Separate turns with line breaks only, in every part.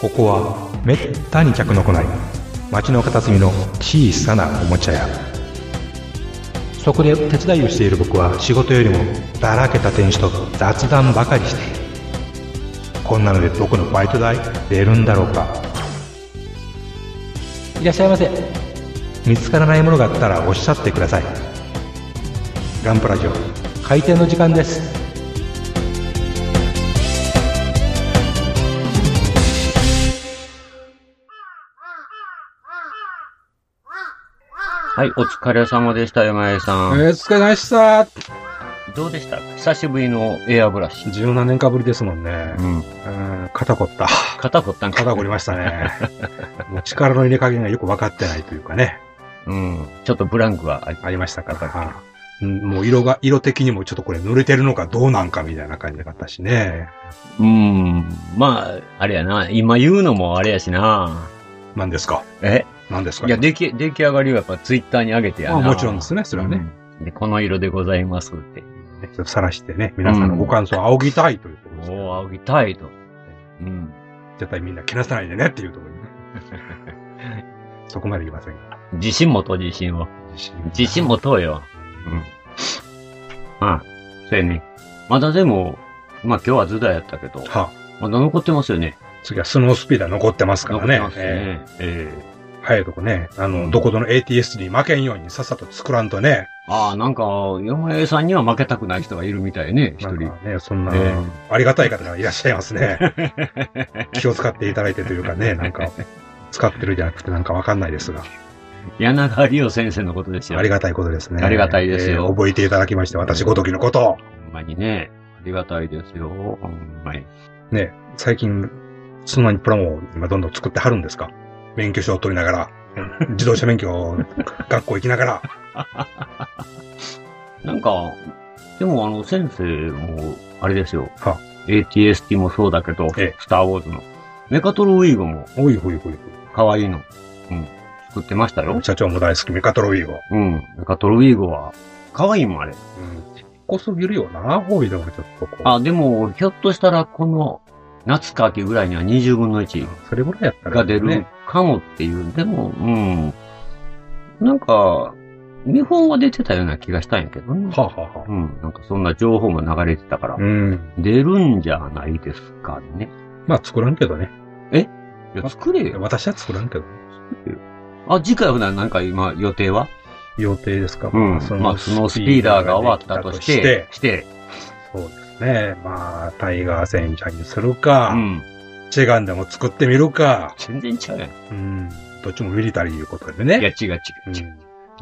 ここはめったに客の来ない町の片隅の小さなおもちゃ屋そこで手伝いをしている僕は仕事よりもだらけた店主と雑談ばかりしているこんなので僕のバイト代出るんだろうかいらっしゃいませ見つからないものがあったらおっしゃってくださいガンプラジオ開店の時間です
はい、お疲れ様でした、山江さ
お
ん。
疲れ様でした
どうでした久しぶりのエアブラシ。
17年かぶりですもんね
うん。
うん肩こった
肩凝ったんか
肩こりました ねもう力の入れ加減がよく分かってないというかね
うん。ちょっとブランクはあり
ありましたから、
肩こ
はいうんもう色が、色的にもちょっとこれ濡れてるのかどうなんかみたいな感じだったしね。
うん。まあ、あれやな。今言うのもあれやしな。
何ですか
え
何ですか
いや、出来、出来上がりはやっぱツイッターに上げてや
まあ
な。
もちろんですね、それはね。
うんで、この色でございますって。
ねちょっとさらしてね、皆さんのご感想を仰ぎたいというところです、ね
おあげたいと。うん。
絶対みんなけなさないでねっていうところにね。 そこまで言いませんが。
自信持とう、自信を。
自信
自信持とうよ。うん。まあ、そうやね。まだでも、まあ今日はズダやったけど、
は
まだ残ってますよね。
次はスノースピーダー残ってますか
残
らね。
ってますね。
え
ええ
え早いとこね、あの、どこどの ATS に負けんようにさっさと作らんとね。
ああ、なんか、山江さんには負けたくない人がいるみたいね、一
なん
人。
かね、そんな、
え
ありがたい方がいらっしゃいます ね。気を使っていただいてというかね、なんか、使ってるじゃなくてなんかわかんないですが、
柳川理央先生のことですよ。
ありがたいことですね。
ありがたいですよ
えー覚えていただきまして、私ごときのことを。
ほんまにね。ありがたいですよ。ほんまに。
ね、最近、そんなにプラモを今どんどん作ってはるんですか免許証を取りなが ら、自動車免許を学校行きながら、
なんか、でもあの、先生も、あれですよ。
は
ATST もそうだけど、
ええ
スターウォーズの。メカトロウィーゴも、
おいほいほい
可愛いの。うん。作ってました
ほ
よ
い。。社長も大好き、メカトロウィーゴ。
うん。メカトロウィーゴは、可愛いもん、あれ。
うん。濃すぎるよな、多いでもちょっとこう。
あ、でも、ひょっとしたら、この、夏か秋ぐらいには20分の1。
それぐらいやったら
が
いいね、
出るかもっていう。でも、うん。なんか、見本は出てたような気がしたんやけどね。
はあ、はあはあ
うん。なんかそんな情報も流れてたから
う、ん。
出るんじゃないですかね。
まあ作らんけどね。
いや、作れ
いや
よ。
私は作らんけど。
あ、次回はななんか今予定は
予定ですか、
うん。まあ、そのスピーダーが終わったとして、して、
そうですね。まあ、タイガー戦車にするか、
うん。
チェガンでも作ってみるか、
全然違うやん。い
うん、どっちもミリタリーいうことで
や、
ね。
違
う
う違う違う。
ん、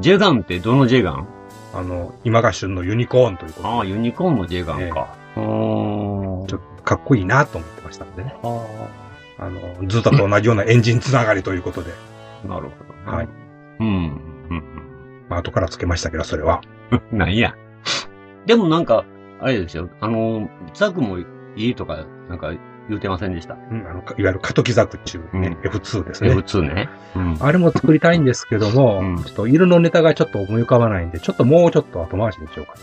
ジェガンってどのジェガン
あの、今が旬のユニコーンということで
ああ、ユニコーンのジェガンか。うーん。
ちょっとかっこいいなと思ってましたんでね。
あ
あの、ズータと同じようなエンジンつながりということで、
あ、なるほどな。
はい
うん。うんうん。
まあ、後からつけましたけど、それは。
なんや。でもなんか、あれですよ。あの、ザクもいいとか、なんか言うてませんでした。
うん、あの、いわゆるカトキザク中、ね
う
F2 ですね。
F2 ね。うん。
あれも作りたいんですけども、
うん
ちょっと色のネタがちょっと思い浮かばないんで、ちょっともうちょっと後回しにしようか。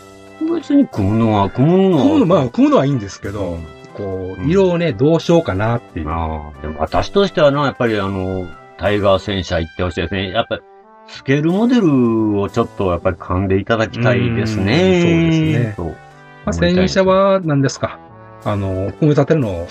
別に組むのは、組むのは。
組むの、まあ、組むのはいいんですけど、
うん
こう、
うん
色をね、どうしようかなっていう。
ああ。でも私としてはな、やっぱりあの、タイガー戦車行ってほしいですね。やっぱ、スケールモデルをちょっとやっぱり噛んでいただきたいですね。そうですね。
まあ、戦車は何ですかあの、組み立てるの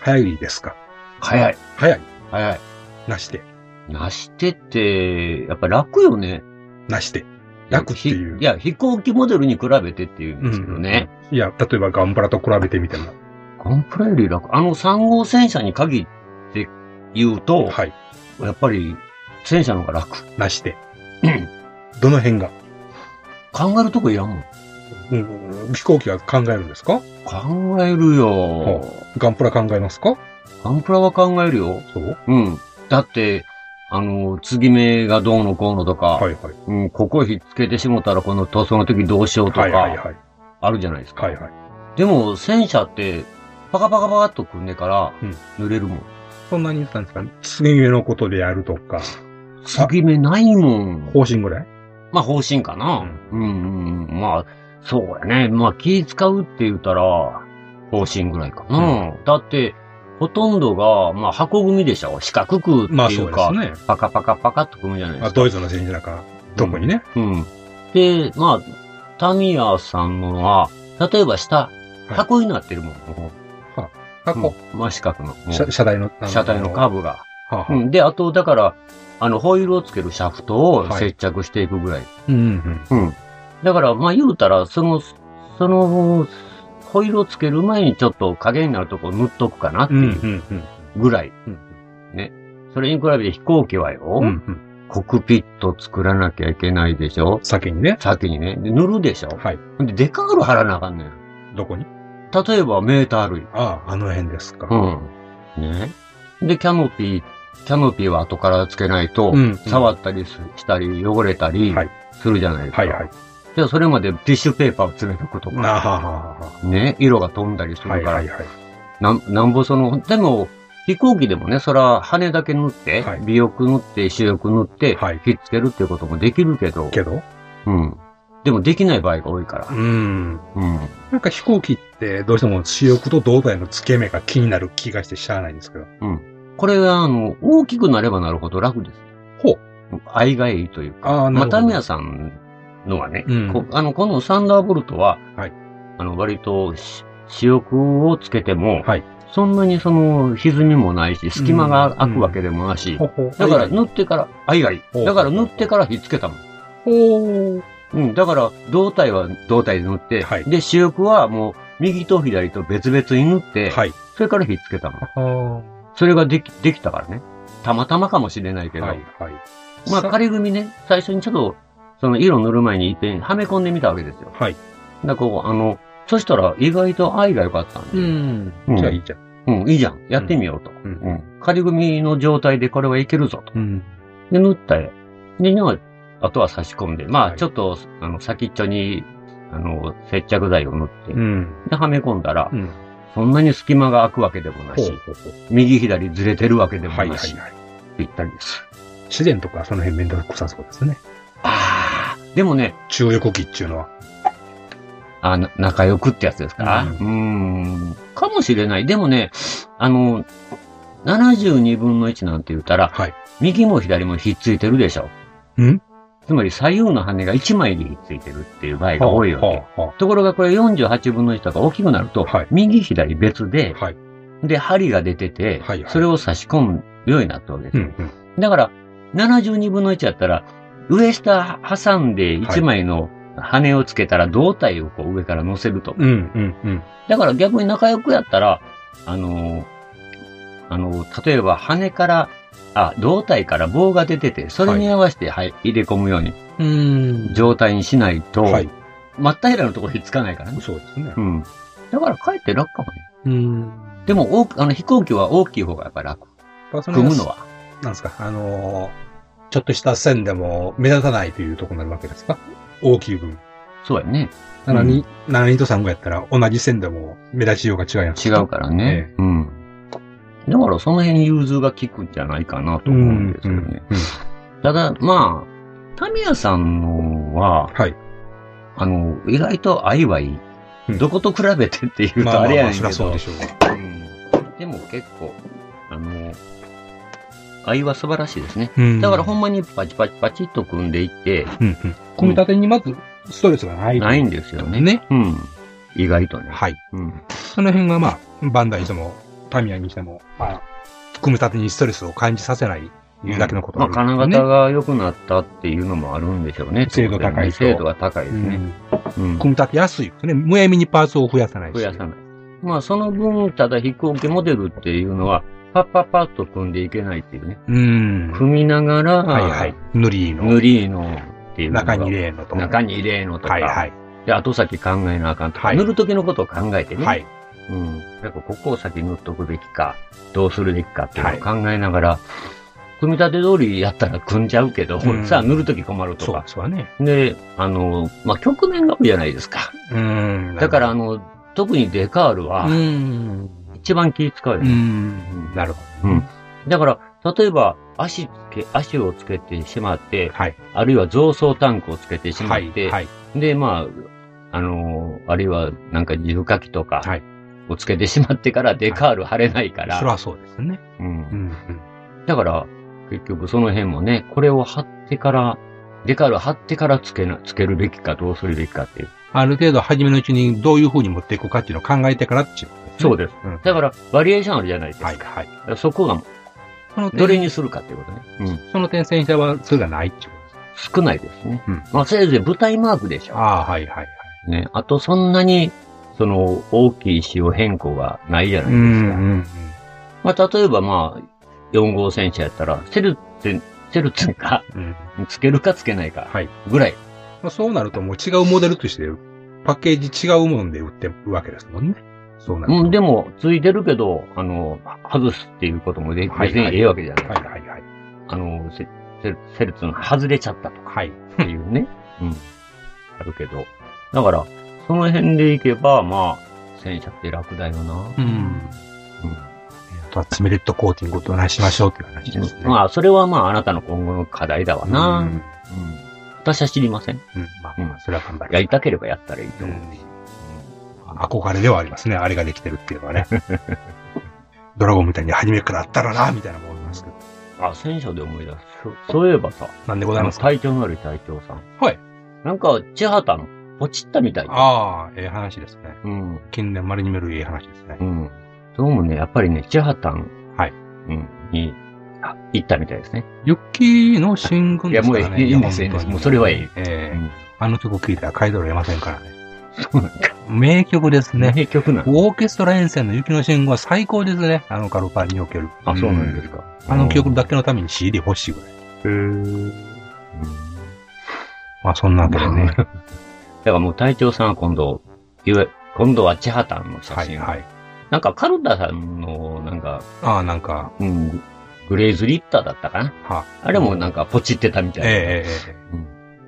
早いですか
早い。
早い。
早い。
なして。
なしてって、やっぱ楽よね。
なして。楽っていう
ひいや、飛行機モデルに比べてっていうんですけどね。
いや、例えばガンプラと比べてみても。
ガンプラより楽。あの3号戦車に限って言うと、
はい。
やっぱり戦車の方が楽。
なして。 どの辺が、
考えるとこいらんもん。
うん、飛行機は考えるんですか
考えるよ。
ガンプラ考えますか
ガンプラは考えるよ。
そう
うん。だって、あの、継ぎ目がどうのこうのとか、
はいはい。
うん、ここひっつけてしもたらこの塗装の時どうしようと
はいはい
か、
はい。
あるじゃないですか。
はいはい。
でも、戦車って、パカパカパカっと組んでから
うん、
濡れるもん。
そんなに言ってたんですか継ぎ目のことでやるとか、
継ぎ目ないもん。
方針ぐらい
まあ方針かな。うん、うん、うん。まあ、そうやね。まあ気使うって言ったら、方針ぐらいかな。だって、ほとんどが、まあ、箱組でしょ。四角くって
まあ
い
そう
う
で
か、
すね。
パカパカパカっと組むじゃないで
まあ
すか。
ドイツの戦時なんか、特にね。
うん。で、まあ、タミヤさんのは、例えば下、
い
箱になってるもん。
箱、
うんまあ、四角の。うん
車車体の。
車体のカーブが。
ブ。はあ
う
はあ
ん。で、あと、だから、あの、ホイールをつけるシャフトを
はい
接着していくぐらい。
うんうん
うん。だから、まあ、言うたら、その、その、ホイールをつける前にちょっと影になるとこを塗っとくかなって
うん。うん
いう
うんうん
ぐらい。
うん
ね。それに比べて飛行機はよ、
うんうん。
コクピット作らなきゃいけないでしょ
先にね。
先にね。で塗るでしょ
はい。
で、デカール貼らなあかんねん。
どこに
例えばメーター類。
ああ、あの辺ですか。
うん。ね。で、キャノピー、キャノピーは後からつけないと、
うん
触ったりすしたり、汚れたり
はい
するじゃないですか。
はいはい。
じゃあ、それまでティッシュペーパーを詰めとくと
なあ
か、
はあは
ね、色が飛んだりす
あ
る
は
か
い
ら、
はいはい。
なんなんぼその、でも、飛行機でもね、そら、羽だけ塗って、
はい
尾翼塗って、主翼塗って、
はい
ひっつけるっていうこともできるけど、
けど、
うん。でもできない場合が多いから
う。ん。
うん。
なんか飛行機ってどうしても主翼と胴体の付け目が気になる気がしてしゃあないんですけど。
これは、あの、大きくなればなるほど楽です。
ほう。
愛がいいというか。
ああ、なる
まあ、
ほ
タ
ど。
ミヤさんのはね、
うん
こあの、このサンダーボルトは、
はい
あの、割とし、主翼をつけても、
はい
そんなにその、歪みもないし、隙間が開くわけでもないし、
ほうほう
だから
はいはい
塗ってから、あいがい
ほう。
だから塗ってからひっつけたもん。
ほう
うん、だから、胴体は胴体で塗って、
はい
で、主翼はもう、右と左と別々に塗って、
はい。
それからひっつけたもん。
は
それができ、できたからね。たまたまかもしれないけ
い
ど、
はいはい。
まあ
さ
仮組ね、最初にちょっと、その色塗る前にいっぺんはめ込んでみたわけですよ。
はい。
だからこう、あの、そしたら意外と愛が良かったんで、
ん
うん
じゃあいいじゃん。
うん、いいじゃん、やってみようと。
うん
うん仮組の状態でこれはいけるぞと。
うん。
で、塗った絵。で、なあとは差し込んで、ま
は
あ
い
ちょっと、あの、先っちょに、あの、接着剤を塗って、
うん。
で、はめ込んだら、
うん。
そんなに隙間が開くわけでもない
ほう
し、
ほうほう
右左ずれてるわけでも
はい
な
はい
いし、
はい。
ぴったりです。
自然とかその辺めんどくさそうですね。
ああ、でもね、
中横機っていうのは。
あ、な仲良くってやつですか
うん
うーん。かもしれない。でもね、あの、72分の1なんて言ったら、
はい。
右も左もひっついてるでしょ。
うん
つまり左右の羽が1枚にひっついてるっていう場合が多いよね。
はあは
ところがこれ48分の1とか大きくなると、
はい
右左別で、
あはい。
で、針が出てて、
はいはい
それを差し込むようになったわけです
う
よ。
んうん。
だから、72分の1やったら、上下挟んで1枚の羽をつけたら胴体をこう上から乗せると。
うんうんうん。
だから逆に仲良くやったら、あの、あの、例えば羽から、あ、胴体から棒が出てて、それに合わせて、はい、入れ込むように
うん
状態にしないと、
はい。
真っ平らのところにつかないからね。
そうですね
う。ん。だからかえって楽かもね。
うん。
でも、大きあの飛行機は大きい方がやっぱ楽。組むのは。
なんですか、あのーちょっとした線でも目立たないというところになるわけですか大きい分。
そうやね。
7人、7人と3号やったら同じ線でも目立ちようが違います。
違うからね。うん。だからその辺融通が効くんじゃないかな
う
と思うんんですよね。
うん
ただ、まあ、タミヤさんのは、
はい。
あの、意外と愛はいい。
うん
どこと比べてっていう
まあ
とあれやねんけ
そ
ど。
りゃそうでしょうが。
うんでも結構、あの、愛は素晴らしいですね。
うん
だからほんまにパチパチパチっと組んでいって、
うんうん。組み立てにまずストレスがない。
ないんですよね。うん。意外とね。
はい。
うん。
その辺がまあ、バンダイにしても、タミヤにしても、まあ、組み立てにストレスを感じさせないいうだけのこと
まあ、
るね
金型が良くなったっていうのもあるんでしょうね。
精度高いと
精度が高いです
う
ね。
ん
うん
組み立てやすいですね。むやみにパーツを増やさないし。
増やさない。まあ、その分、ただ飛行機モデルっていうのは、パッパッパッと組んでいけないっていうね。
うん。
組みながら、
はいはい。塗りの。
塗りのっていうのが
中に入れのと。
中に入れのとか。
はいはい。
で、後先考えなあかんとか。
はい
塗る時のことを考えてね。
はい。
うん。なんかここを先塗っとくべきか、どうするべきかっていうのを考えながら、組み立て通りやったら組んじゃうけど、
うん
さあ塗るとき困ると
そう
か
で。すわね。
で、あの、まあ、局面が多いじゃないですか。
うん
だから、あ、の、特にデカール
う
は、
ん。
一番気使うよ
う
ね。
ん。なるほ
だから、例えば、足つけ、足をつけてしまって
ど。、はい。
あるいは増装タンクをつけてしま
は
っ
い。
て、
はい。
で、まあ、あのーあるいはなんか自由書きとか、
はい
をつけてしまってからデカール貼れないか
そ
ら。
らそうですね。
うん
うん
だから、結局その辺もね、これを貼ってから、デカール貼ってからつけな、つけるべきかどうするべきかっていう。
ある程度、初めのうちにどういう風に持っていくかっていうのを考えてからっていうことですね。
そうです。
うん
だから、バリエーションあるじゃないですか。
はい、はい。
だからそこが、
その点、
どれにするかっていうことね。うん。
その点、戦車は、それがないっていうことです。
少ないですね。
うん
まあ、せいぜい舞台マークでしょ。
ああ、はい、はい、はい。
ね。あと、そんなに、その、大きい仕様変更がないじゃないですか。
ん。
まあ、例えば、まあ、4号戦車やったら、セルって、セルツが、
うん。
つけるかつけないか
はい。
ぐらい。
まあ、そうなるともう違うモデルとして、パッケージ違うもんで売ってるわけですもんね。そうなると。
うん、でも、ついてるけど、あの、外すっていうこともで
はい
別にええわけじゃない。
はいはいはい。
あの、セセルセルツの外れちゃったとか
はい。
ってい うね。うん。あるけど。だから、その辺でいけば、まあ、戦車って楽だよな。
うん。あとはスメレットコーティングをどないしましょうっていう話ですね。
うんまあ、それはまあ、あなたの今後の課題だわな。
う
うんん。私は知りません。
うん。まあまあ、それは頑張
や
り
りたければやったらいいと
ま
思う。
す。うん憧れではありますね。あれができてるっていうのは ね。ドラゴンみたいに初めからあったらな、みたいなもんなんですけど。
あ、戦車で思い出す。そそういえばさ、
なんでございますか
隊長のある隊長さん。
はい。
なんか、千畑のポチったみたいで
ああ、ええ話ですね。
うん。
近年稀に見るええ話ですね
う。ん。どうもね、やっぱりね、千畑の、
はい。
うん、に、あ、行ったみたいですね。
雪の進軍ですからね。
いやもういいいいんですいいんですもうそれはいい
ええ
うん
あの曲聴いたら買い取れませんからね。
そうなんだ。
名曲ですね。
名曲なんだ
オーケストラ沿線の雪の信号は最高ですね。あのカルパにおける。
あ、そうなんです
か。
か。
あの曲だけのために CD 欲しいぐらい。
け。へー
まあそんなわけでね。
だからもう隊長さんは今度、いわゆ今度は千畑の写
はい
真。
はい。
なんか、カルダさんの、なんか、
ああ、なんか、
うん、グレーズリッターだったかな。
は
あれもなんか、ポチってたみた
え
い
え
な。
えええ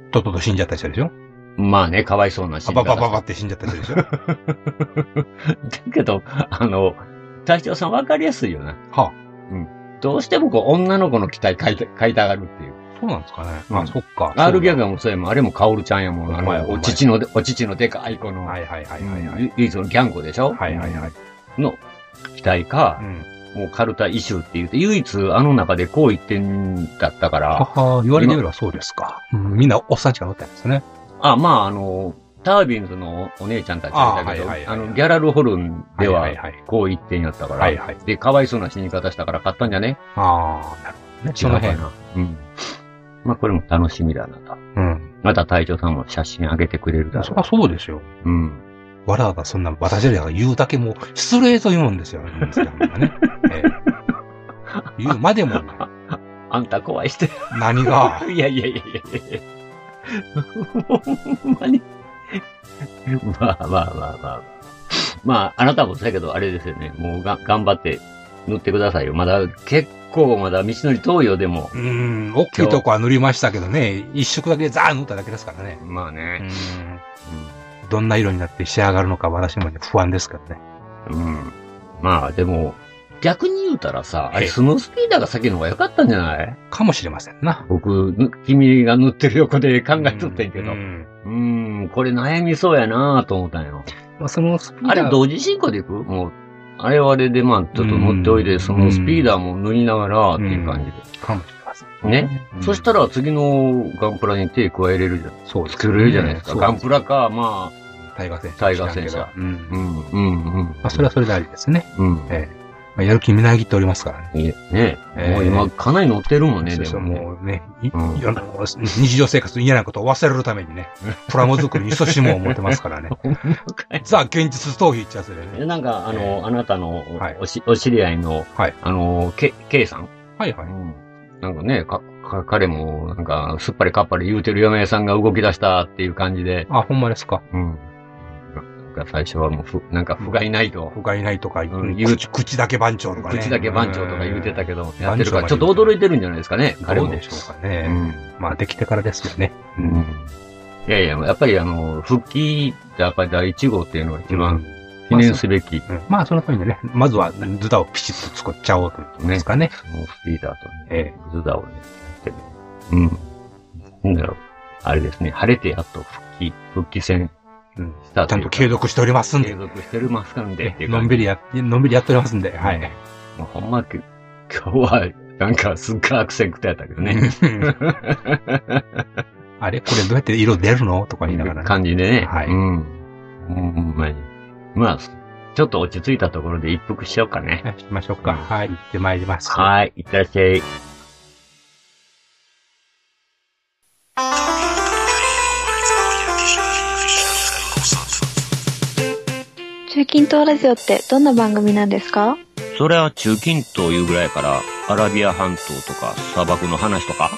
えとっとと死んじゃった人でしょ
まあね、かわいそうな
あ
死に
ばばば
方。
ばって死んじゃった人で しょは
だ けど、あの、隊長さんわかりやすいよな。
あ、
どうしてもこう、女の子の期待書いて、書いたがるっていう。
そうなんですかね。
うん
あ、そっか。
R ギャ
グ。
グもそうやもん、あれもカオルちゃんやもん。あ
お前お
の、
前
お乳ので、お乳のでかい子の、
はいはいはいはいはい。
唯一のギャンコでしょ
はいはいはい。
の期待か
う、ん。
もうカルタイシューって言って、唯一あの中でこう言ってんだったから、
はは、言われてみればそうですか。うんみんなおっさんしか乗ってないですね。
あ、まああの、タービンズのお姉ちゃんたちだけ
あはいはいはい
ど、あの、ギャラルホルンでは
はい、はい。
こう言ってんやったか
はい
ら、
はい。
で、かわいそうな死に方したから買ったんじゃね
ああ、なるほどね。その辺。
な。うん。まあこれも楽しみだなと。
うん。
また隊長さんも写真あげてくれるだ
そ
ろ
りゃそうですよ。
う。うん。
わらわらそんな私らが言うだけもう失礼と言うんです よ。言うんですよねええ言うまでもない
あんた怖い人や。
何が。
いやいやいやいやいや。ほんまに。まあまあまあまあまあ。まあ、あなたもそうやけど、あれですよね。もうが、頑張って塗ってくださいよ。まだ、結構まだ道のり遠いよ、でも。
うん、大きいとこは塗りましたけどね、一色だけザーン塗っただけですからね。
まあ
う
ね。
ん、どんな色になって仕上がるのか私もね不安ですからね。
うん。うんまあ、でも、逆に言うたらさ、あ
え
れ、
え
スノースピーダーが先の方が良かったんじゃない
かもしれませんな。
僕、ぬ君が塗ってる横で考えとってんけど。
う
うんん、これ悩みそうやなと思ったんよ。
まあ、そのスピー
あ
ダー
れ同時進行でいくもう、あれはあれでまあ、ちょっと持っておいうで、
ん
そのスピーダーも塗りながらっていう感じで。
かもしれません。
ね。
うん
そしたら次のガンプラに手加えれるじゃん。
そうですね
作れるじゃないですか。
そう
ガンプラか、まあ、
タイガー戦車。
タイガー戦車
うん。
う
ま
ん、うん、うん。ま
あ、それはそれでありですね。
うん。
ええまあ、やる気みなぎっておりますからね。
いいね。
えー
もう今、かなり乗ってるもんね、
そう
で
そう
もね。
もうね、い
うん
いろんな日常生活の嫌なことを忘れるためにね、プラモ作りに勤しもう思ってます からね。ザ・現実逃避っちゃうそれね。
なんか、あ
え
の、あなたの
はい
おしお知り合いの
はい、
あの、ケイさん。
はいはい。
なんかね、か、か、彼も、なんか、すっぱりかっぱり言うてる嫁さんが動き出したっていう感じで、
あ、ほんまですか。
うん。なんか最初はもうふ、なんか不甲斐ないと、
他いないとか、
うん言う
口口だけ番長とかね。
口だけ番長とか言うてた
け
けど、
ん
やってるから、
番
ちょ
長
っと驚いてるんじゃないですかね、彼
どう
も。
でしょうか
う
ね。
ん。
まあ、できてからですよね。
うん。いやいや、やっぱりあの、復帰、やっぱり第1号っていうのが一番記念すべき、
うん。うんまあ、そのためにね、まずはズダをピシッと作っちゃおうということですかね。
そのスピーダーと
え
ね、ズダをね、やってね。うん。なんだろう。あれですね、晴れてやっと復帰、復帰戦。
うん
スター
ち
ト
ゃん
いう
と
か。
継続しておりますんで
継。続してるますかんでっていう
の
感じ。
んびりや、のんびりやっておりますんで、はい。
もうほんま、今日は、なんかすっごい悪戦苦闘やったけどね。
あれこれどうやって色出るのとか言いながらね。
感じでね。
はい
うん。うん、ほんまに。まあ、ちょっと落ち着いたところで一服しようかね。
はいしましょうか。はい。行ってまいります。
はい、いってらっしゃい。
中近東ラジオってどんな番組なんですか
そりゃ中近東いうぐらいから、アラビア半島とか砂漠の話とか、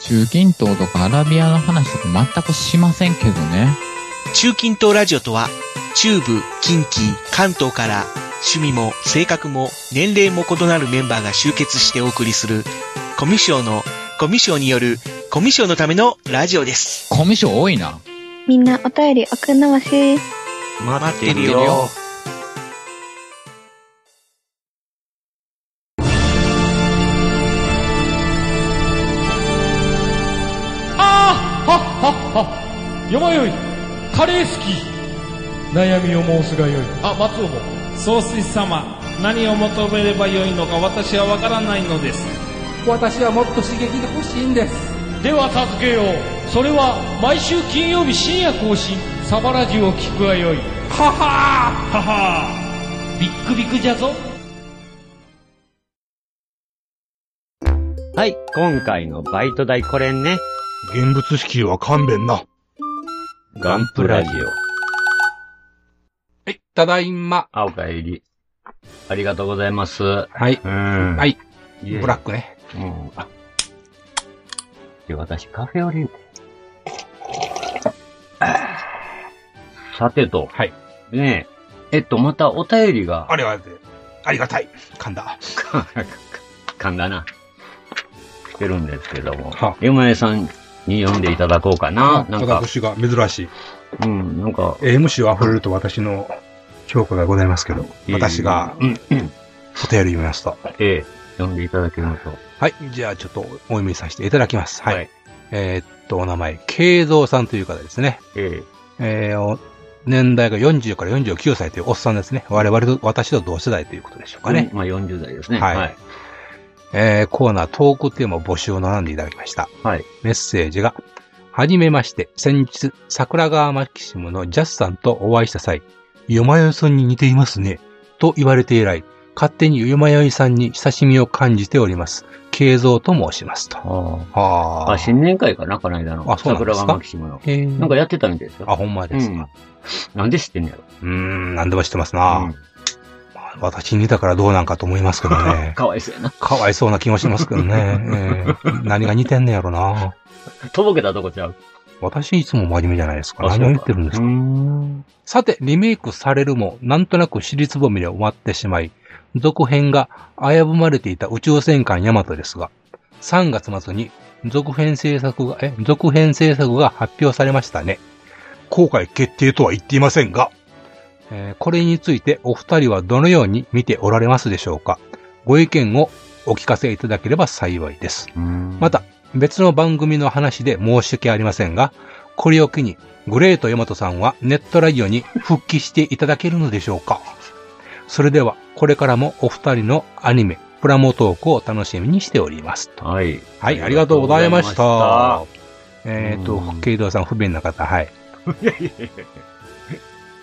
中近東とかアラビアの話とか全くしませんけどね。
中近東ラジオとは、中部、近畿、関東から、趣味も性格も年齢も異なるメンバーが集結してお送りする、コミュ障の、コミュ障による、コミュ障のためのラジオです。
コミュ障多いな。
みんなお便り送んなまし。
待ってる
待ってるよ
よ。
ああはっはっはよまよいカレー好き悩みを申すがよいあ松尾も
総帥様何を求めればよいのか私は分からないのです
私はもっと刺激が欲しいんですでは助けようそれは毎週金曜日深夜更新サバラジュを聞くがよいははははビックビックじゃぞ
はい、今回のバイト代これね。
現物支給は勘弁な。
ガンプラジオ。
はいただいま
あ、おかえり。ありがとうございます。う
はい。
ん。
はい。
いえ
ブラックね。
うん。あ。で、私、カフェオレ。 さてと。
はい。
ねえ。えっと、またお便りが。
あれは、ありがたい。噛んだ。
か、か、かんだな。来てるんですけども
は。
ゆまえさんに読んでいただこうかな。なんか、
私が珍しい。
うん、なんか、
えー MC を溢れると私の評価がございますけど、
いい
私が
うん、う
お
ん
便り読みました。
ええ、読んでいただけると。
はい。じゃあ、ちょっとお読みさせていただきます。はい。
はい
えーっと、お名前、慶三さんという方ですね。
え
えーお年代が40から49歳というおっさんですね。我々と、私と同世代ということでしょう
え、
かね。
まあ40代ですね。
はいえーコーナートークテーマ募集を並んでいただきました。
はい
メッセージが、はじめまして、先日、桜川マキシムのジャスさんとお会いした際、よまよいさんに似ていますね、と言われて以来、勝手によまよいさんに親しみを感じております。慶三と申しますと。
あ
は
あ。あ、新年会かな、この間の。
あそうなんですか
桜川マキシムの。
えー
なんかやってたみたいですよ。
あ、ほんまですか。
うん。なんで知ってんのやろ。
うーん、何でも知ってますな、
うん。
まあ私に似たからどうなんかと思いますけどね
かわいそうやな。
かわいそうな気もしますけどね。 えー何が似てんねやろな。
とぼけたとこちゃう。
私いつも真面目じゃないですか。
あそう
何を言
か
ってるんですか
うーん。
さて、リメイクされるも、なんとなく尻つぼみで終わってしまい、続編が危ぶまれていた宇宙戦艦ヤマトですが、3月末に続編制作が、え、続編制作が発表されましたね。後悔決定とは言っていませんが、えーこれについてお二人はどのように見ておられますでしょうかご意見をお聞かせいただければ幸いです。また、別の番組の話で申し訳ありませんが、これを機に、グレートヤマトさんはネットラジオに復帰していただけるのでしょうかそれでは、これからもお二人のアニメ、プラモトークを楽しみにしております。
はい。
はい、ありがとうございまし
あ
た。えっ、と
う、ん
慶道さん不便な方、はい。
りがとうございました。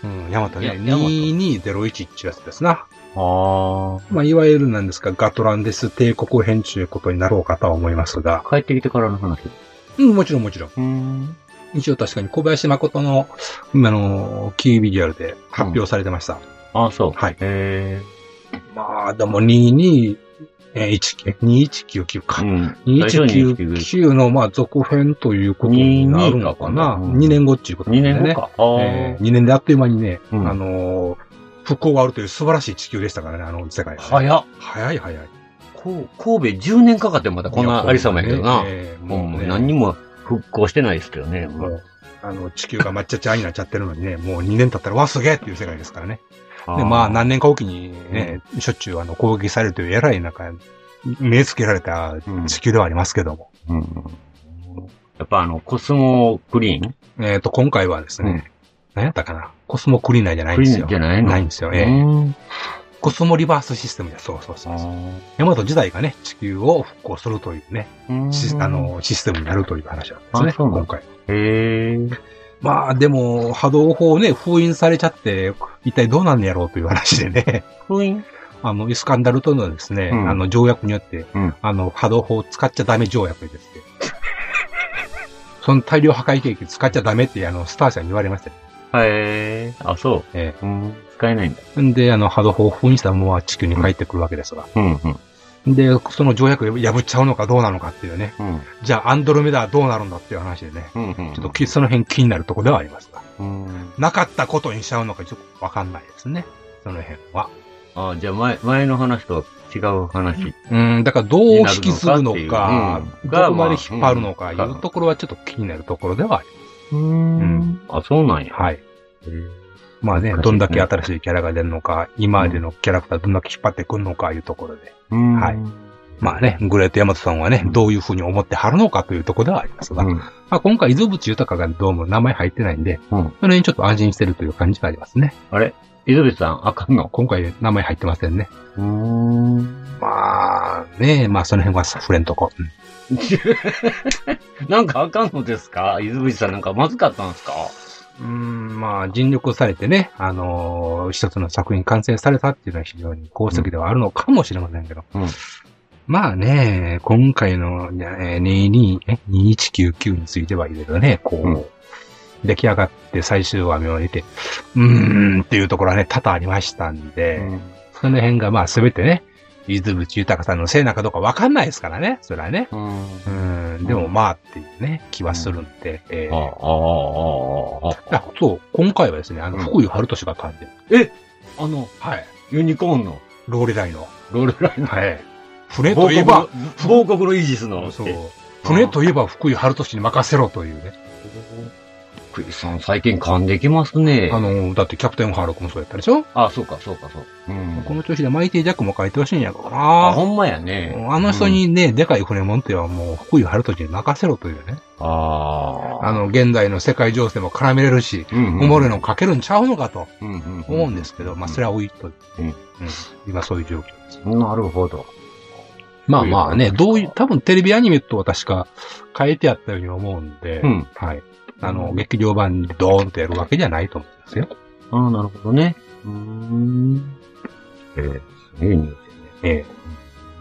うん、ヤマト
い
ね。
やヤマト
2201ってやつですな。
あ
まあ、いわゆるなんですか、ガトランデス帝国編ということになろうかとは思いますが。
あ。帰ってきてからの話。
うん、もちろんもちろん。
うん。
一応確かに小林誠の、あの、キービジュアルで発表されてました。
ああ、そう。
はい
え
まあ、でも22、えー、1 2199
え
か。
うん。
2199の、まあ、続編ということになるのかな。
22かなうん
2年後っていうこと
2
ですね。
年後か。ああ、
えー2年であっという間にね、
うん
あのー復興があるという素晴らしい地球でしたからね、あの世界はね、
早っ。
早い早い。
こう神戸10年かかってまだこんなありさまやけどな。
えー
もう
もう、ね、
何にも復興してないですけどね。
もうあの、地球が抹茶茶になっちゃってるのにね、もう2年経ったら、わ、すげえっていう世界ですからね。で、まあ、何年かおきにね、しょっちゅうあの攻撃されるという偉い中、目つけられた
うん
地球ではありますけども。
うんやっぱあの、コスモクリーン
えっ、と、今回はですね、何やったかなコスモクリーナーじゃないん
ク
で
リ
す
ー
よ。
ンじゃないの
ないんですよ。ええ
うん
コスモリバースシステムだ。そうそうそうそう。ヤマト自体がね、地球を復興するというね、シスあ、のシステムになるという話なんですね、
あそうなん
今回。
へえ。
まあでも、波動砲ね、封印されちゃって、一体どうなんのやろうという話でね、
封印
あの、イスカンダルとのですね、
うん
あの、条約によって、
うん
あの、波動砲を使っちゃダメ条約ですって。 その大量破壊兵器使っちゃダメって、あの、スター社に言われましたよ
へえ。あ、そう。
え
うん使えないんだ。
んで、あの、波動砲を封印したまま地球に帰ってくるわけですが。
うん、うん、
で、その条約を破っちゃうのかどうなのかっていうね。
うん、
じゃあ、アンドロメダはどうなるんだっていう話でね。
うん、うん。
ちょっとき、その辺気になるところではありますが。
うん。
なかったことにしちゃうのかちょっとわかんないですね。その辺は。
あ、じゃあ前、前の話とは違う話。
うん、だからどう引き継ぐの
にな
か
るのかって、いううん
どこまで引っ張るのか、い
がまあうん
うところはちょっと気になるところではあり
う
うん。
あ、そうなんや。
ます。はい。
へー
まあね
難しいで、すね
どんだけ新しいキャラが出るのか、今までのキャラクターどんだけ引っ張ってくるのか、いうところで。
うん
はいまあね、グレートヤマトさんはね、どういうふうに思ってはるのかというところではあります
う
が、
ん。
まあ今回、伊豆淵豊がどうも名前入ってないんで、
うん
それにちょっと安心してるという感じがありますね。
あれ伊豆さん、あかんの
今回、名前入ってませんね。
うん。
まあ、ねまあその辺は触れんとこ。うん
なんかあかんのですか伊豆さんなんかまずかったんですか
うーん、まあ、尽力をされてね、あのー一つの作品完成されたっていうのは非常に功績ではあるのかもしれませんけど。
うん
まあね、今回の、ね、22え2199についてはいろいろね、こう、
うん
出来上がって最終話を得て、うーんっていうところはね、多々ありましたんで、その辺がまあ全てね、伊豆淵豊さんのせいなのかどうかわかんないですからね、それはね。
うん。
うん、でもまあっていうね、気はするんで、えー
ああ、ああ、ああ。
あ、そう、今回はですね、あの、
うん
福井春俊が感じる。
あの、
はい。
ユニコーンの、
ローレ大の。
ロールラインの。
はい。船といえば、
亡国のイージスの。
そう
え。
船といえば福井春俊に任せろというね。
クイさん、最近噛んできますね。
あの、だってキャプテンハーロックもそうやったでしょ
あ、そうか、そうか、そう。うん。
この調子でマイティジャックも書いてほしいんやから
あ、
な
ほんまやね。
あの人にね、でかい船持ってはもう福井春俊に任せろというね。
うん。ああ。
あの、現代の世界情勢も絡めれるし、
うんうん、
おもろいの書けるんちゃうのかと
うんうんうん、
思うんですけど、まあ、それは置いといて。
うん
うん今そういう状況です。
なるほど。
まあまあね、どういう、多分テレビアニメとは確か変えてあったように思うんで、
うん。
はい。あの、劇場版にドーンとやるわけじゃないと思うんですよ。
ああ、なるほどね。うーん。えー、すげえニュースね。
ええ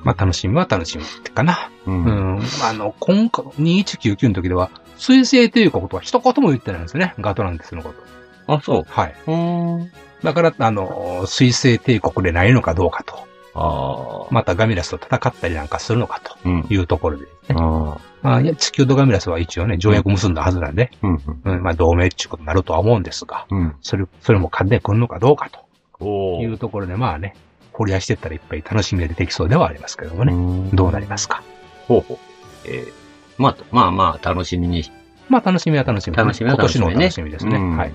まあ楽しみは楽しみってかな。
う。
うんん。あの、今回、2199の時では、彗星ということは一言も言ってないんですね。ガトランティスのこと。
あ、そう。
はい。
うーん。
だから、あの、彗星帝国でないのかどうかと。
ああ。
またガミラスと戦ったりなんかするのかと
うん。
いうところでですね。
ああ。
まあ、いや地球とガミラスは一応ね、条約結んだはずなんで、
うんう
う
ん。
ん、まあ同盟っていうことになるとは思うんですが、
うん。
それ、それも噛んでくるのかどうかと
お
い
ー
うところで、まあね、掘り出してったらいっぱい楽しみが出てきそうではありますけどもね、
ん
どうなりますか。
ほうほう。えー、まあ、まあまあ、楽しみにし
まあ楽しみは楽しみ、
楽しみは楽しみね
今年の楽しみですね。
うん
はい。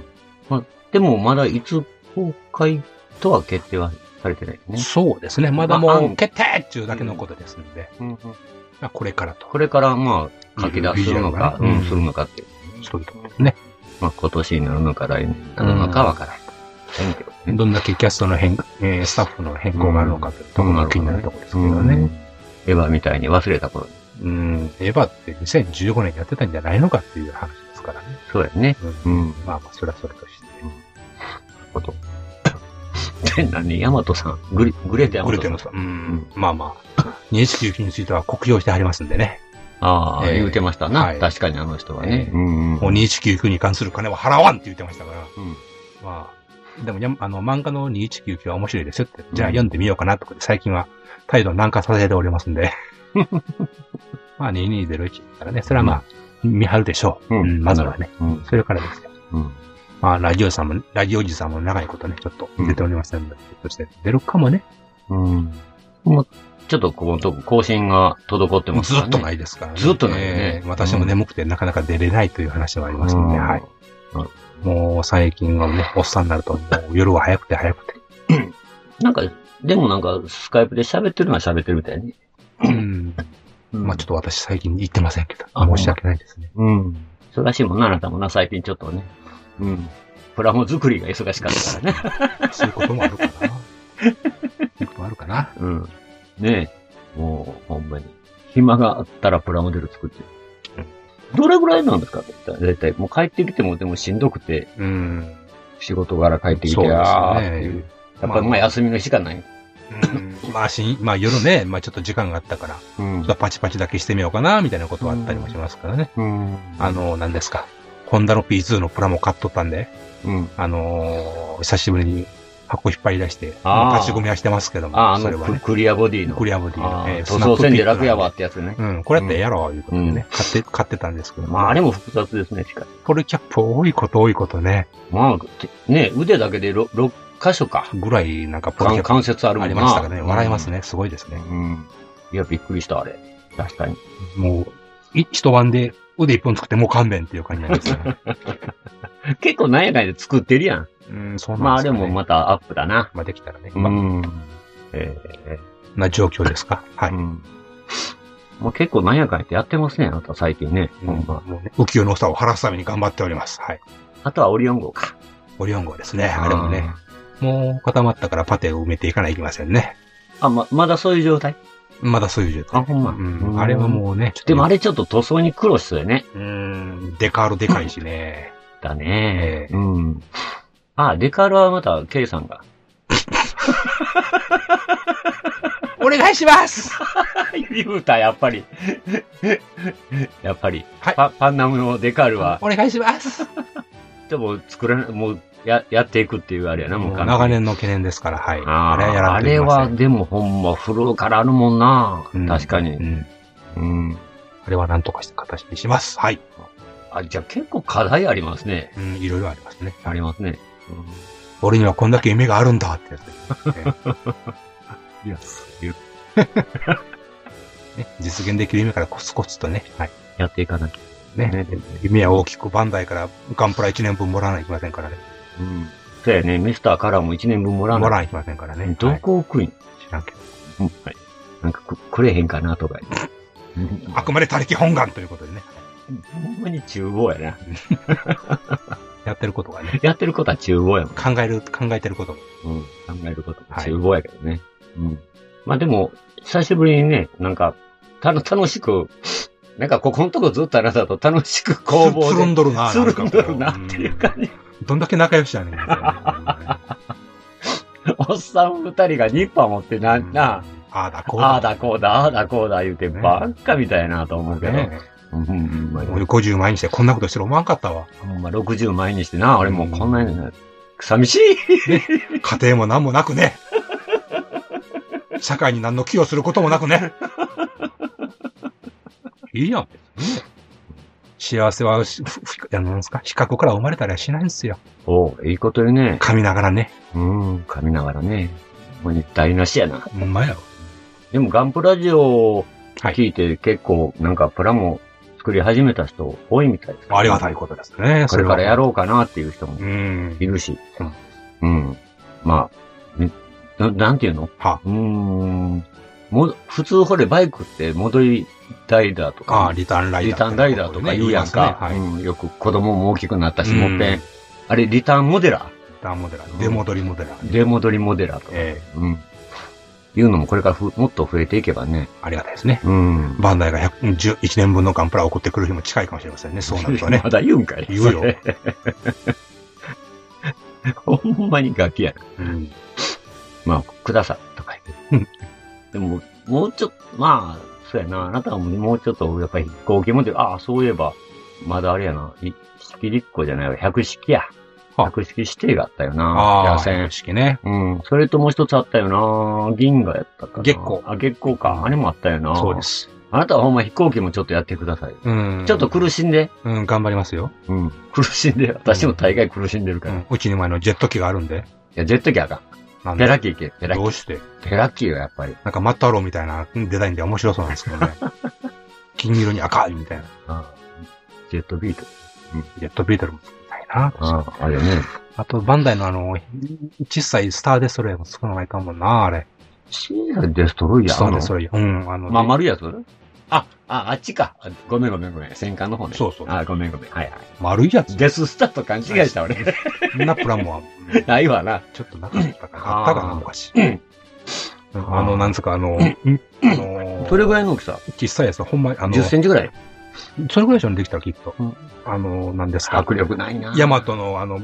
でも、まだいつ公開とは決定はされてないね。
そうですね。まだ
まあ
も
案
う決定っていうだけのことですんで、
うんうん、
まあこれからと。
これから、まあ、書き出すのか、
う
うんん、するのかっていう。
そういうところですね。
まあ、今年になるのか、来年になるのかわからない。うんけどね
どんだけキャストの変、えースタッフの変更があるのかというところが気になるところですけどね。。
エヴァみたいに忘れた頃に。
うん。エヴァって2015年やってたんじゃないのかっていう話ですからね。
そうやね。
うん
うん。
まあまあ、それはそれとして。
こと。で、何ヤマトさん。グレ、グレートヤマ
グレ
ト
て
さ
ます。
ん。
うん。まあまあ。219につい ては酷評してはりますんでね。
ああ、
ええ
言うてましたな、
はい
確かにあの人はね。
ええ
うんうん
もう219に関する金は払わんって言ってましたから。
うん
まあ。でもや、あの、漫画の2199は面白いですよって。じゃあ読んでみようかなとかで、最近は態度を軟化させておりますん で。まあ、2201からね、それはまあ、見張るでしょう。
うん
うんまずはね。
うん
それからですよ。
うん
まあ、ラジオさんも、ラジオおじさんも長いことね、ちょっと出ておりませんので、ひょっとして出るかもね。
うん。もう、ちょっとこのとこ更新が滞ってます
ず
からね。。
っとないいですからね。
ずっとないね
ええ私も眠くてなかなか出れないという話もありますので、はい。もう最近はね、おっさんになると、もう夜は早くて早くて。
なんか、でもなんか、スカイプで喋ってるのは喋ってるみたいね。
うん。まあちょっと私最近行ってませんけど、申し訳ないですね。
うん。忙しいもんな、あなたもな、最近ちょっとね。うん。プラモ作りが忙しかったからね。
そういうこともあるかな。そういうこともあるかな。
うん。ねえ。もう、ほんまに。暇があったらプラモデル作ってる。どれぐらいなんですか絶対。もう帰ってきても、でもしんどくて、
うん。
仕事から帰ってき
そう
て、
ですね
あーっていう。やっぱりま
ま
あ
あ
休みの日がな
う
い。
んまあ、しまあ、夜ね、まあ、ちょっと時間があったから、ちょ
うん
っとパチパチだけしてみようかな、みたいなことはあったりもしますからね。
うん。
あの、何ですか。ホンダの P2 のプラも買っとったんで、
うん。
あのー久しぶりに箱引っ張り出して、
あー
まあ立ち込みはしてますけども、
あ、あ
そ
の、
れは
ク
ね、
クリアボディの。
クリアボディの、
あ
え
あ、
ー
塗装せんで楽やわ
ス
ってやつね
ナップピック。なんでうん、これやったらええやろう、いうことでね、
うん
買って、買ってたんですけども、
まあ、あれも複雑ですね、しかし。
これキャップ多いこと多いことね、
まあ、てね、腕だけで 6, 箇所か。
ぐらいなんかポロキャ
関
ッ
関節あ
プ
るも
あ
ん
り
な。
ましたからね、笑います
ね。
ね、すごいですね。
うん。いや、びっくりした、あれ。確かに。
もう、い一晩で腕一本作ってもう勘弁っていう感じなんですよ ね。
結構なんやかんやで作ってるやん。
うん、そう
ま
な
あ、
ん
あ
です
れ
か、ね。
もまたアップだな。
まあできたらね、
う
まあ、
ん。ええ
な状況ですか。はい。
うん。もう結構なんやかんやってやってますね、あなた最近ね。
うん
ほんま
もうね、浮世の差を晴らすために頑張っております。はい。
あとはオリオン号か。
オリオン号ですね。あれもね。もう固まったからパテを埋めていかないといけませんね。
あ。あ、ま、まだそういう状態
まだそういう状態。
あほんま
う。
うんん
あれはもうね。
でもあ
れ
れちょっと塗装に苦労しそうやね。
うん、デカールでかいし ね。
だね
ええ
うん。あ、デカールはまた、ケイさんが。
お願いします
言うた、やっぱり。 やっぱり。
はい
パパンナムのデカールは、
お願いします
でも作らない、もうや、やっていくっていうあれやな、も
も
う
う
完全に
長年の懸念ですから、はい。
あ
あれはや
あ
ら
あ
ないとい
れ
けません
は、でもほんま、古からあるもんな。
うん
確かに。
うん。
うん。
あれはなんとかして形にします。はい。
あ、じゃあ結構課題ありますね。
うん、いろいろありますね。
ありますね。
俺にはこんだけ夢があるんだってやつです ね
いや、
ね実現できる夢からコツコツとね。はい。
やっていかなきゃ。
ね。夢は大きくバンダイからガンプラ1年分もらわないといけませんからね。
うん。そうやね、ミスターカラーも1年分もらわ
もらわな
な
いといけませんからね。
い。ど
はい
こを食いん
知らんけど。
うんはい。なんかく、くれへんかな とか。うん
あくまで他力本願ということでね。
ほんまに厨房やな。
やってることがね。
やってることは厨房やもん。
考える、考えてることも。
うん。考えることも
はい
厨房やけどね。うん。まあでも、久しぶりにね、なんか、たの、楽しく、なんかここのとこずっとあなたと楽しく工房
つるん
で、
どるな
つるんどるなっていう
んか
感。
こ
じ。
ううんどんだけ仲良しや ねんみたいな。
おっさん二人がニッパー持ってな、な、
ああだこう
ああだこうだ、ああだこうだ言うて
ね
ばっかみたいなと思うけど。
ね
うん、うん、まあ
俺50万にしてこんなことしてる思わんかったわ。
ほんま60前にしてな、俺もうこんなにな、寂しい
家庭も何もなく ね。社会に何の寄与することもなくね。いいやん。幸せは、ふふあのなんですか、比較から生まれたりはしないんですよ。
おういいこと言うね。
噛みながらね。
うん、噛みながらね。もう台無しやな。
ほんまやろ。
でもガンプラジオを
はい
聞いて結構なんかプラモ作り始めた人多いみたいです。
ありがたいことですね。
これからや
う。
ろうかなっていう人も
うん
い。るし
うん。
うん。まあ、んななんていうの
は
うーん。も普通ほれバイクって戻り台だと
ああ、
か、
リターンライダー。
リターンライダーとか言うやんか。
言いますねはい。
うんよく子供も大きくなったし、
うん
もっぺん。あれ、リターンモデラ
リターンモデラー、出戻りモデラー。
ー。出戻りモデラーとか。
え
うん。いうのもこれからふもっと増えていけばね
え。ありがたいですね。
うん。
バンダイが1 1年分のガンプラを送ってくる日も近いかもしれませんね。そうなると ね
ま。だ言うんかい。
言うよ。
ほんまにガキやな。
うん
まあ、くださいとか言って。でも、もうちょっと、まあ、そうやな。あなたはもうちょっと、やっぱり飛行機持ってる、ああ、そういえば、まだあれやな。い式立個じゃないわ。百式や。
あ
百式指定があったよ
あ
な。
あ、
野戦
正。式ね。
うん。それともう一つあったよな。銀河やったかな。
月光
あ、月光か。あれもあったよな。
そうで。す。
あなたはほんま飛行機もちょっとやってください。
うん。
ちょっと苦しんで。
うん、頑張りますよ。
うん。苦しんで。私も大概苦しんでるか
う
ら。い
んうちにもあの、ジェット機があるんで。
や、ジェット機あか
なん
ん。
で
ペラキー行け。ペラキ
ど
ー。
うして
ペラキーはやっぱり。
なんかマッターローみたいなデザインで面白そうなんですけど ね。金色に赤いみたいな。
あジェットビート。
ジェットビートルも作りたいな。
ああ、あれよね。
あと、バンダイのあの、小さいスターデストロイヤーも作らないかんもんな、あれ。
シーザーデストロイヤー
スト
あ
ー
る
デ
の
ストロイヤー。うん、あの、
まあ、丸いやつあ、あっちか。あごめんごめんごめん。戦艦の方ね。
そうそう
あ、ごめんごめん。はいはい。
丸いやつ。
デススターと勘違いした俺。
んなプラモは、うん
ないわな。
ちょっとなかったかな。あったかな、
あー
昔。
ん
うんあの、なんつうか、あの、あの
それぐらいの大きさ。
小さいやつ、ほんまに、あの、
10センチぐらい。
それぐらいでしょうねできたらきっと
うん。
あの、なんですか。
迫力ないな。
ヤマトの、あの、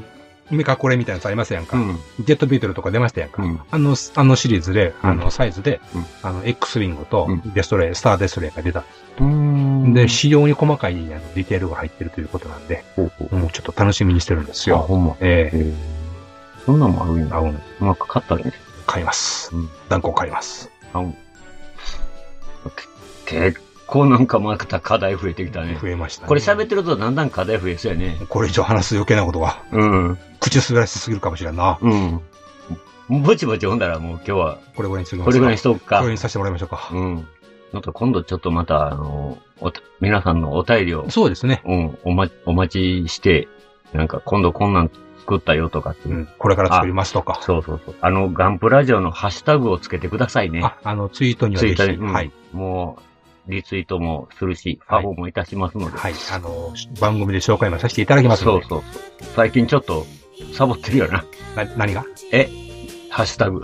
メカこれみたいなやつありましたやん
う
か。
ん。
ジェットビートルとか出ましたやんか。
うん。
あの、あのシリーズで、
うん
あの、サイズで
うん、
あの、X ウィングと
うん
デストレイ、スターデストレイが出た。
うん
で、非常に細かいあのディテールが入ってるということなんで、
ほうほう。
もうちょっと楽しみにしてるんです
あ、
よ。
ほんま。
ええ
へえそんなんもあるんだ。
あうん、
うまく買ったわけね。
買います
うん。
断固買います。
あうん。け結構なんかまた課題増えてきたね。
増えましたね。
これ喋ってるとだんだん課題増えそうやね。
これ以上話す余計なことが、
うん。
口滑らしすぎるかもしれんな。
うん。ぼちぼちほんだらもう今日は
これぐらいにする
これぐらいにしとくか。
これにさせてもらいましょうか。
うん。ちょっと今度ちょっとまた、あの、おた皆さんのお便りを、
そうですね。
うん、おま、お待ちして、なんか今度こんなん作ったよとかっていうう。
ん。これから作りますとか。
そうそうそう。あの、ガンプラジオのハッシュタグをつけてくださいね。
あ、あの、ツイートには
ツイ
ぜ
ッ
ひ、
ターに、うん
はい。
もう、リツイートもするし、フ
はい
ァボもいたしますので。
はい。あの、番組で紹介もさせていただきます
そ
の
う
で。
そうそう。最近ちょっと、サボってるよな。
な何が
ハッシュタグ。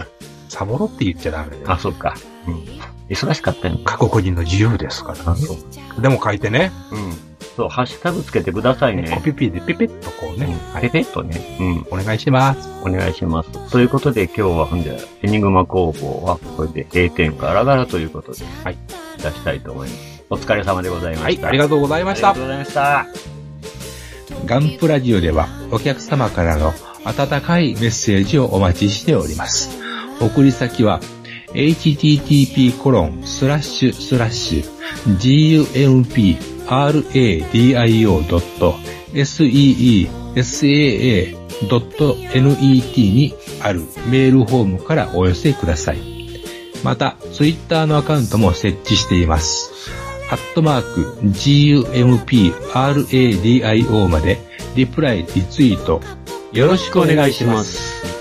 サボろって言っちゃダメだよ
あ、そっか。うん。忙しかったよ。
各国人の自由ですから。
あ、そう。
でも書いてね、
うん。そう、ハッシュタグつけてくださいね。
コピペでピペッとこうね、
うん
は
ペ
い、
ペッとね。うん。
お願いします。
お願いします。ということで今日は、ほんで、エニグマ工房はこれで閉店ガラガラということで、はい。出したいと思います。お疲れ様でございま
は
し
い、
た。
ありがとうございました
ありがと。うございました。
ガンプラジオではお客様からの温かいメッセージをお待ちしております。送り先は http://gumpradio.seesaa.net にあるメールフォームからお寄せください。また、ツイッターのアカウントも設置しています。アットマーク、GUMPRADIO まで、リプライ、リツイート、よろしくお願いします。